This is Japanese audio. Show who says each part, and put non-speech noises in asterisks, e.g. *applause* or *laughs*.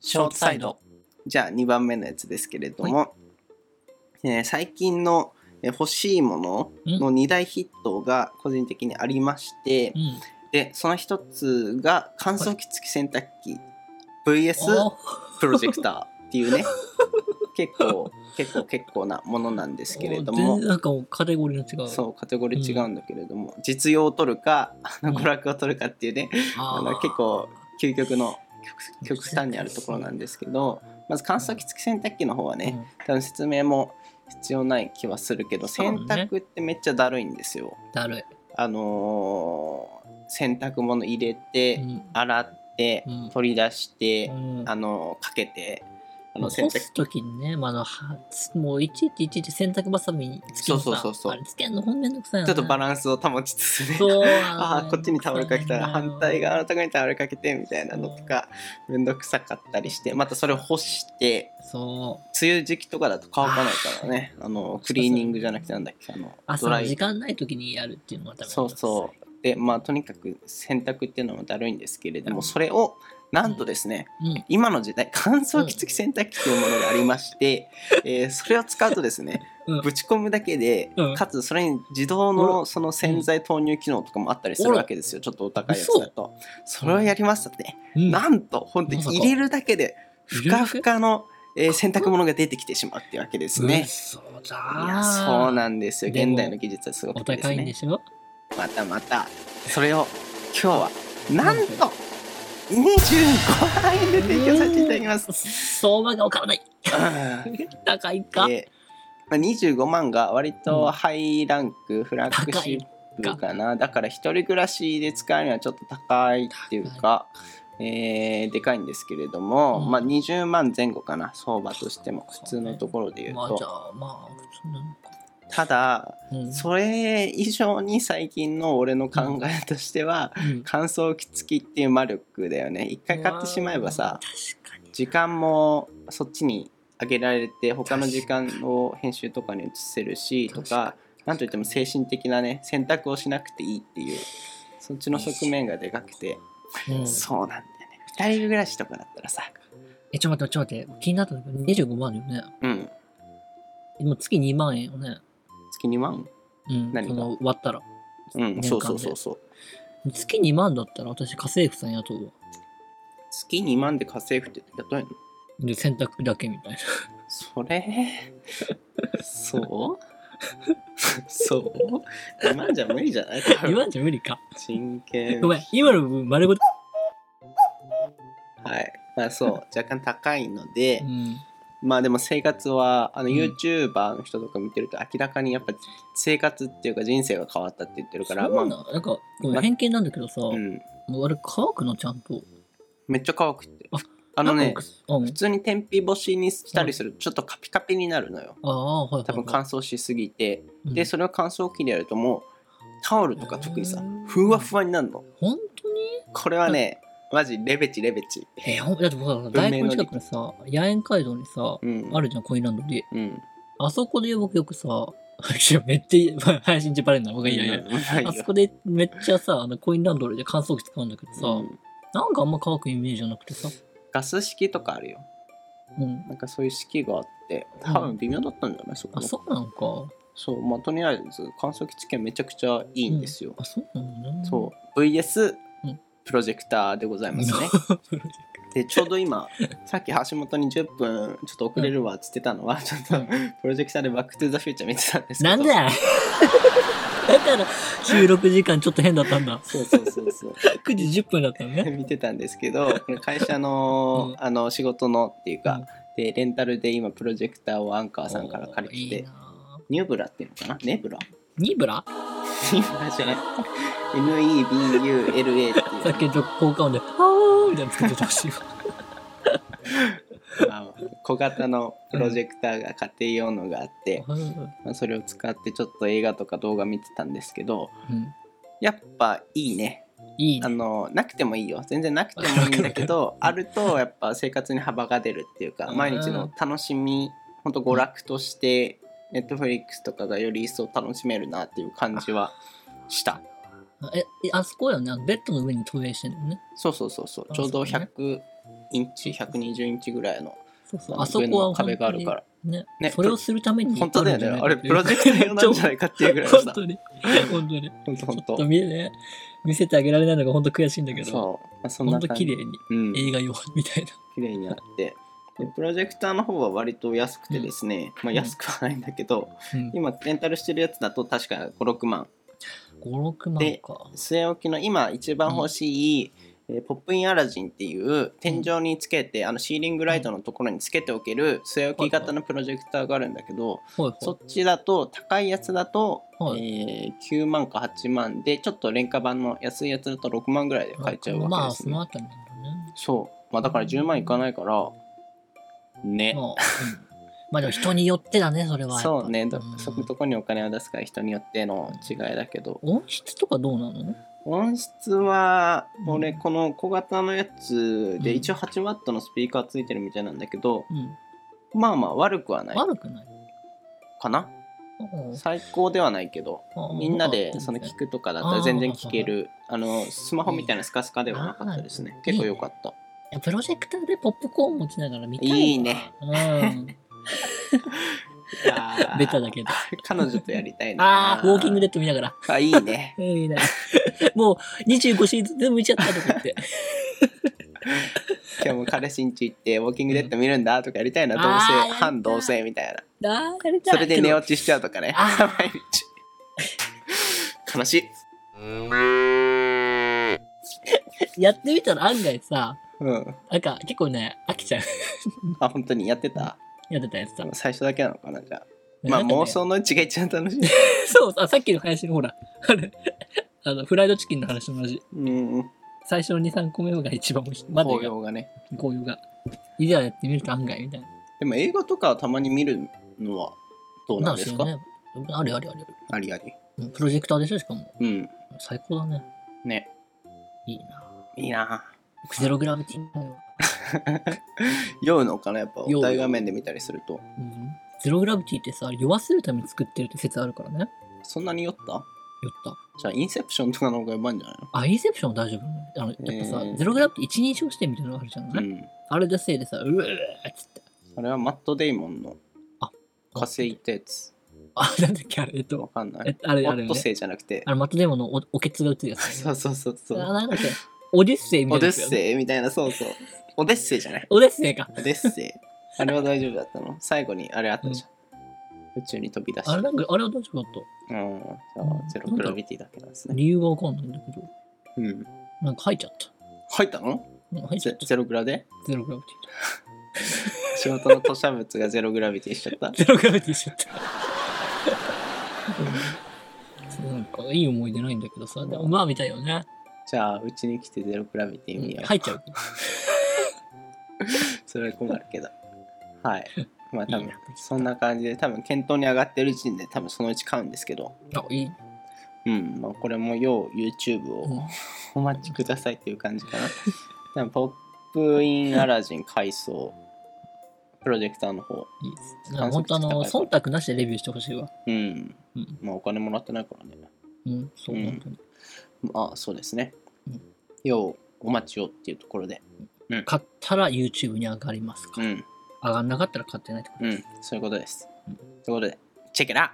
Speaker 1: ショートサイド。
Speaker 2: じゃあ2番目のやつですけれども、えー最近のえー欲しいものの2大ヒットが個人的にありまして、
Speaker 1: うん。
Speaker 2: でその一つが乾燥機付き洗濯機 VS
Speaker 1: お
Speaker 2: プロジェクターっていう
Speaker 1: *laughs*
Speaker 2: ね結構結構結構なものなんですけれど
Speaker 1: 全
Speaker 2: も
Speaker 1: 然なんかもうカテゴリーの違う。
Speaker 2: そうカテゴリー違うんだけれども、実用を取るかあの
Speaker 1: うん
Speaker 2: 娯楽を取るかっていうね、
Speaker 1: あ
Speaker 2: あ
Speaker 1: ー
Speaker 2: の結構究極の極極端にあるところなんですけどまず乾燥機付き洗濯機の方はね、多分説明も必要ない気はするけど
Speaker 1: そう
Speaker 2: 洗
Speaker 1: ね
Speaker 2: 濯ってめっちゃだるいんですよ。
Speaker 1: うんだる
Speaker 2: あのー洗濯物入れ
Speaker 1: い。
Speaker 2: て、
Speaker 1: うん
Speaker 2: 洗って、
Speaker 1: うん
Speaker 2: 取り出して、
Speaker 1: うん
Speaker 2: あのーかけてあの洗
Speaker 1: 干
Speaker 2: 濯
Speaker 1: すときにね、まあ、あのはもういちいちいちいち洗濯ばさみにつけ
Speaker 2: そう
Speaker 1: るさ
Speaker 2: そうそうそう
Speaker 1: あれつけんのほんめんどくさいよ
Speaker 2: ちょ
Speaker 1: ね。
Speaker 2: っとバ
Speaker 1: ン
Speaker 2: ランスを保ちつつね
Speaker 1: そう
Speaker 2: *laughs* ああこっちにタオルかけたら反対側のところにタオルかけてみたいなのとかめんどくさかったりしてまたそれを干して
Speaker 1: そう
Speaker 2: 梅雨時期とかだと乾かないからねあのクリーニングじゃなくてなんだっけあの
Speaker 1: 朝の時間ないときにやるっていうのが多分
Speaker 2: そうそうでまあとにかく洗濯っていうのもだるいんですけれど
Speaker 1: う
Speaker 2: も
Speaker 1: ん
Speaker 2: それをなんとですね、
Speaker 1: う、うん、
Speaker 2: 今の時代乾燥機付き洗濯機というものがありまして、えーそれを使うとですね、
Speaker 1: うん
Speaker 2: ぶち込むだけで、
Speaker 1: うん
Speaker 2: かつそれに自動
Speaker 1: お
Speaker 2: のその洗剤投入機能とかもあったりするわけですよちょっとお高いやつだとそれをやりましたって、
Speaker 1: うん、
Speaker 2: なんと本当に
Speaker 1: まさか
Speaker 2: 入れるだけでふかふかの、えー
Speaker 1: か
Speaker 2: 洗濯物が出てきてしまうっていうわけですね、
Speaker 1: そうだ
Speaker 2: いやそう
Speaker 1: の
Speaker 2: なんですよ
Speaker 1: でも
Speaker 2: 現代の技術はすご
Speaker 1: お
Speaker 2: くてです
Speaker 1: 高いん
Speaker 2: ね
Speaker 1: でしょ
Speaker 2: またまたそれを今日はなんと25万円で提供させていただきます。
Speaker 1: 相場が
Speaker 2: *laughs*
Speaker 1: わからない高いか、
Speaker 2: で、まあ、25万が割とハイランク、フラッグシップかなだから一人暮らしで使うにはちょっと高いっていうか、えーでかいんですけれども、
Speaker 1: うん
Speaker 2: まあ、20万前後かな相場としても普通のところで言う
Speaker 1: まあじゃ
Speaker 2: と、
Speaker 1: あまあ普通なのか
Speaker 2: ただ
Speaker 1: うん
Speaker 2: それ以上に最近の俺の考えとしては、
Speaker 1: うん
Speaker 2: 乾燥機付きっていう魔力だよね一回買ってしまえばさ
Speaker 1: 確かに
Speaker 2: 時間もそっちに上げられて他の時間を編集とかに移せるしと
Speaker 1: 確か
Speaker 2: かなんといっても精神的なね選択をしなくていいっていうそっちの側面がでかくて
Speaker 1: うん
Speaker 2: そうなんだよね2人暮らしとかだったらさ
Speaker 1: えちょっと待ってちょっと待って気になったんだけど25万よね
Speaker 2: うん
Speaker 1: もう月2万円よね
Speaker 2: 月2万
Speaker 1: うん
Speaker 2: 何
Speaker 1: その割ったら
Speaker 2: うん
Speaker 1: 年
Speaker 2: そうそ
Speaker 1: 間
Speaker 2: う
Speaker 1: で
Speaker 2: そうそう
Speaker 1: 月2万だったら私家政婦さん雇うわ
Speaker 2: 月2万で家政婦って雇えんの
Speaker 1: で洗濯だけみ
Speaker 2: *laughs*
Speaker 1: たいな
Speaker 2: それそう *laughs* そう ?2 万じゃ無理じゃない多分
Speaker 1: 2万じゃ無理か
Speaker 2: 人権
Speaker 1: ごめん今の分丸ごと
Speaker 2: はいまあそう若干高いので
Speaker 1: う、ん
Speaker 2: まあでも生活はあの
Speaker 1: うん
Speaker 2: YouTuber の人とか見てると明らかにやっぱ生活っていうか人生が変わったって言ってるから
Speaker 1: そう
Speaker 2: ま
Speaker 1: ななんかごめ
Speaker 2: ま
Speaker 1: ん偏見なんだけどさ、
Speaker 2: あ、うん、
Speaker 1: もうあれ乾くのちゃんと
Speaker 2: めっちゃ乾くって
Speaker 1: あ
Speaker 2: あのね
Speaker 1: なんかうん
Speaker 2: 普通に天日干しにしたりするとちょっとカピカピになるのよ
Speaker 1: ああはいはいはい
Speaker 2: 多分乾燥しすぎて
Speaker 1: うん
Speaker 2: でそれを乾燥機でやるともうタオルとか特にさ
Speaker 1: うん
Speaker 2: ふわふわになるの
Speaker 1: 本当に
Speaker 2: これはねマジレベチレベチ
Speaker 1: えほんだって僕は
Speaker 2: 明の
Speaker 1: 大根近くのさ野苑街道にさ
Speaker 2: うん
Speaker 1: あるじゃんコインランドで
Speaker 2: うん
Speaker 1: あそこで僕よくさ *laughs* い *laughs* やめっちゃ配信中バレんな僕がいやいや
Speaker 2: うんはいよ
Speaker 1: あそこでめっちゃさあのコインランドリーで乾燥機使うんだけどさ、
Speaker 2: うん
Speaker 1: なんかあんま乾くイメージじゃなくてさ、
Speaker 2: ガス式とかあるよ
Speaker 1: うん、
Speaker 2: なんかそういう式があって多分微妙だったんじゃない、そこ
Speaker 1: あ
Speaker 2: も
Speaker 1: そうなのか
Speaker 2: そうまあとりあえず乾燥機付きはめちゃくちゃいいんですよ、
Speaker 1: あそうなのね
Speaker 2: そう VS
Speaker 1: うん
Speaker 2: プロジェクターでございますね、でちょうど今 *laughs* さっき橋本に10分ちょっと遅れるわっつってたのは、ちょっとプロジェクターでバックトゥザフューチャー見てたんですけど
Speaker 1: *laughs* なんだ
Speaker 2: *laughs*
Speaker 1: よだから収録時間ちょっと変だった
Speaker 2: *laughs*
Speaker 1: んだ
Speaker 2: そうそうそうそう
Speaker 1: 9時10分だったの *laughs*
Speaker 2: *laughs*
Speaker 1: ね
Speaker 2: 見てたんですけ *laughs* どこれ会社の,、
Speaker 1: う
Speaker 2: あの仕事のっていう
Speaker 1: うん
Speaker 2: か、でレンタルで今プロジェクターをアンカーさんから借りて
Speaker 1: おーい
Speaker 2: て
Speaker 1: いな
Speaker 2: ニューブラっていうのかなネブラ
Speaker 1: ニブラ
Speaker 2: ニブラじゃない NEBULA っていう
Speaker 1: さっきの効果音で「あー」みたいなの作ってて
Speaker 2: *laughs*
Speaker 1: ほしいわ
Speaker 2: あの小型のプロジェクターが家庭用のがあって、まあ、それを使ってちょっと映画とか動画見てたんですけど
Speaker 1: うん
Speaker 2: やっぱいいね
Speaker 1: いい
Speaker 2: あ
Speaker 1: ね
Speaker 2: のなくてもいいよ全然なくてもいいんだけど *laughs* あるとやっぱ生活に幅が出るっていうか
Speaker 1: うん
Speaker 2: 毎日の楽しみほんと娯楽としてネットフリックスとかがより一層楽しめるなっていう感じはした
Speaker 1: えあそこよねあのベッドの上に投影してるのね
Speaker 2: そうそうそうそう
Speaker 1: あ
Speaker 2: ちょうど
Speaker 1: そうね
Speaker 2: 100インチ120インチぐらいの
Speaker 1: そうそう、あそこは
Speaker 2: 上の壁があるから
Speaker 1: 本当にね。
Speaker 2: ね
Speaker 1: それをするために。
Speaker 2: 本当だよねあれプロジェクター用なんじゃないかっていうぐらい
Speaker 1: *laughs*
Speaker 2: の
Speaker 1: 本
Speaker 2: さ
Speaker 1: 当に。本当に。
Speaker 2: 本当本
Speaker 1: ちょっと
Speaker 2: 当
Speaker 1: 見えね、見せてあげられないのが本当悔しいんだけど、
Speaker 2: そう、まあ、そん
Speaker 1: 本
Speaker 2: な
Speaker 1: 当
Speaker 2: 感
Speaker 1: 綺
Speaker 2: じ
Speaker 1: 麗に
Speaker 2: うん
Speaker 1: 映画用みたいな。
Speaker 2: 綺麗になってでプロジェクターの方は割と安くてですね、まあ安くはないんだけど、
Speaker 1: うん、
Speaker 2: 今レンタルしてるやつだと確か56万
Speaker 1: 5、6万か。
Speaker 2: 据え置きの今一番欲しい、えーポップインアラジンっていう天井につけて、あのシーリングライトのところにつけておける据え置き型のプロジェクターがあるんだけど、
Speaker 1: はいはい
Speaker 2: そっちだと高いやつだと、
Speaker 1: はい
Speaker 2: えー9万か8万でちょっと廉価版の安いやつだと6万ぐらいで買えちゃうわ
Speaker 1: ま
Speaker 2: け
Speaker 1: あ、
Speaker 2: です
Speaker 1: そ
Speaker 2: ね、
Speaker 1: のあたりなんだろうね。
Speaker 2: そう、まあ、だから10万いかないからね、
Speaker 1: まあ、うんまあでも人によってだね、それはやっぱ。
Speaker 2: そうねど
Speaker 1: ん
Speaker 2: そこどこにお金を出すか人によっての違いだけど
Speaker 1: 音質とかどうなの
Speaker 2: 音質は
Speaker 1: うん
Speaker 2: 俺この小型のやつで
Speaker 1: うん
Speaker 2: 一応 8W のスピーカーついてるみたいなんだけど
Speaker 1: うん。
Speaker 2: まあまあ悪くはない
Speaker 1: 悪くない。
Speaker 2: かな
Speaker 1: うん
Speaker 2: 最高ではないけどみんなでその聞。くとかだったら全然聞けるあのスマホみたいなスカスカではなかったですね
Speaker 1: いい
Speaker 2: 結
Speaker 1: ね
Speaker 2: 構良かった
Speaker 1: あプロジェクターでポップコーン持ちながら見たいわ。
Speaker 2: いいね
Speaker 1: うん。
Speaker 2: いやー
Speaker 1: ベタだけど。
Speaker 2: 彼女とやりたいな
Speaker 1: ああ、ウォーキングデッド見ながら。
Speaker 2: あいいね
Speaker 1: い
Speaker 2: *laughs*
Speaker 1: いね。もう25シーズン全部見ちゃったとか言って。
Speaker 2: 今日も彼氏んち行ってウォーキングデッド見るんだとかやりたいな
Speaker 1: うん
Speaker 2: 同
Speaker 1: あーや
Speaker 2: 性
Speaker 1: りたい
Speaker 2: 反同性みたいな
Speaker 1: ああ、やりたい。
Speaker 2: それで寝落ちしちゃうとかね
Speaker 1: あ
Speaker 2: *laughs* 毎日悲しい
Speaker 1: けどやってみたら案外さ、
Speaker 2: うん
Speaker 1: なんか結構ね、飽きちゃう。
Speaker 2: あ本当にやってた
Speaker 1: やってたやつさ。
Speaker 2: 最初だけなのかなじゃあまあ
Speaker 1: なんかね
Speaker 2: 妄想のうちが一番楽しい
Speaker 1: *laughs* そう、あさっきの林のほら、あれ、 *laughs* あの、フライドチキンの話と同じ。
Speaker 2: うん
Speaker 1: 最初の2、3個目が一番美味しい。まで
Speaker 2: 紅
Speaker 1: が、
Speaker 2: 葉がね
Speaker 1: 紅葉が。いざやってみると案外みたいな。
Speaker 2: でも映画とかはたまに見るのはどうなんですか
Speaker 1: なんよね。あるあるある
Speaker 2: ありあり
Speaker 1: ある。プロジェクターでしょ、しかも。
Speaker 2: うん
Speaker 1: 最高だね。
Speaker 2: ね
Speaker 1: いいな。
Speaker 2: いいな
Speaker 1: 僕ゼログラビティだよ。
Speaker 2: 酔うのかなやっぱ
Speaker 1: 酔う
Speaker 2: 大画面で見たりすると
Speaker 1: うんゼログラビティってさ、酔わせるために作ってるって説あるからね。酔っ
Speaker 2: そんなに酔った
Speaker 1: た。
Speaker 2: じゃあインセプションとかの方がやばいんじゃないの
Speaker 1: あ、インセプションは大丈夫なのあの、やっぱさ、
Speaker 2: えー
Speaker 1: ゼログラビティ一人称視点みたいなのがあるじゃない、
Speaker 2: うん
Speaker 1: あれでせいでさ、うえーっつって。
Speaker 2: あれはマット・デイモンの
Speaker 1: あ
Speaker 2: 火星行ったやつ
Speaker 1: あ、なんだっけ、あれ、えっ
Speaker 2: わ
Speaker 1: と、
Speaker 2: かんない
Speaker 1: えあれ、
Speaker 2: オ
Speaker 1: あれ、
Speaker 2: ッ
Speaker 1: ね
Speaker 2: ト。セイじゃなくて
Speaker 1: あの、マットデーモンのおおけつが映るやつ、ね。
Speaker 2: *laughs* そうそうそうそ
Speaker 1: あ
Speaker 2: う
Speaker 1: なんだっけオデュッセイみた
Speaker 2: オ
Speaker 1: いな
Speaker 2: デッ
Speaker 1: やつだよね、
Speaker 2: セイみたいなそうそうオデッセイじゃない
Speaker 1: オデッセイか。
Speaker 2: オデッセイ。あれは大丈夫だったの最後にあれあったじゃん。宇宙に飛び出した。
Speaker 1: あ
Speaker 2: う
Speaker 1: れ
Speaker 2: ん。
Speaker 1: なんか、あれはどうしようか
Speaker 2: じゃあ、ゼログラビティだけなんです
Speaker 1: と。
Speaker 2: ね。
Speaker 1: 理由はわかんないんだけど、
Speaker 2: うん。
Speaker 1: なんか入っちゃった。
Speaker 2: 入ったの
Speaker 1: うん入っちゃ
Speaker 2: ゼ
Speaker 1: った。
Speaker 2: ゼログラで
Speaker 1: ゼログラビ
Speaker 2: 仕事の吐砂物がゼログラビティしちゃ
Speaker 1: *laughs*
Speaker 2: った
Speaker 1: ティ。ゼログラビティしちゃった。そうなんかいい思い出ないんだけどさ、でもまあ見たいよね。
Speaker 2: じゃあ、うちに来てゼログラビティ見よう。
Speaker 1: 入っちゃう。
Speaker 2: それは困るけど。はい。まあ多
Speaker 1: いい
Speaker 2: 分
Speaker 1: な
Speaker 2: そんな感じで多分検討に上がってる時点で多分そのうち買うんですけど
Speaker 1: あ、いい。
Speaker 2: うんまあこれも要 YouTube
Speaker 1: う
Speaker 2: を
Speaker 1: ん
Speaker 2: お待ちくださいっていう感じかな多分ポップインアラジン改装プロジェクターの方
Speaker 1: いいです。なんか本当あの、忖度なしでレビューしてほしいわ。
Speaker 2: うん
Speaker 1: うん。
Speaker 2: まあお金もらってないからね。
Speaker 1: うん、そう、
Speaker 2: うん
Speaker 1: 本当に。
Speaker 2: まあそうですね
Speaker 1: うん。
Speaker 2: ようお待ちをっていうところで。
Speaker 1: 買ったら YouTube に上がりますか。
Speaker 2: うん。
Speaker 1: 上がんなかったら買ってないってこと
Speaker 2: うん。そういうことです
Speaker 1: うん。
Speaker 2: ということで、チェックラ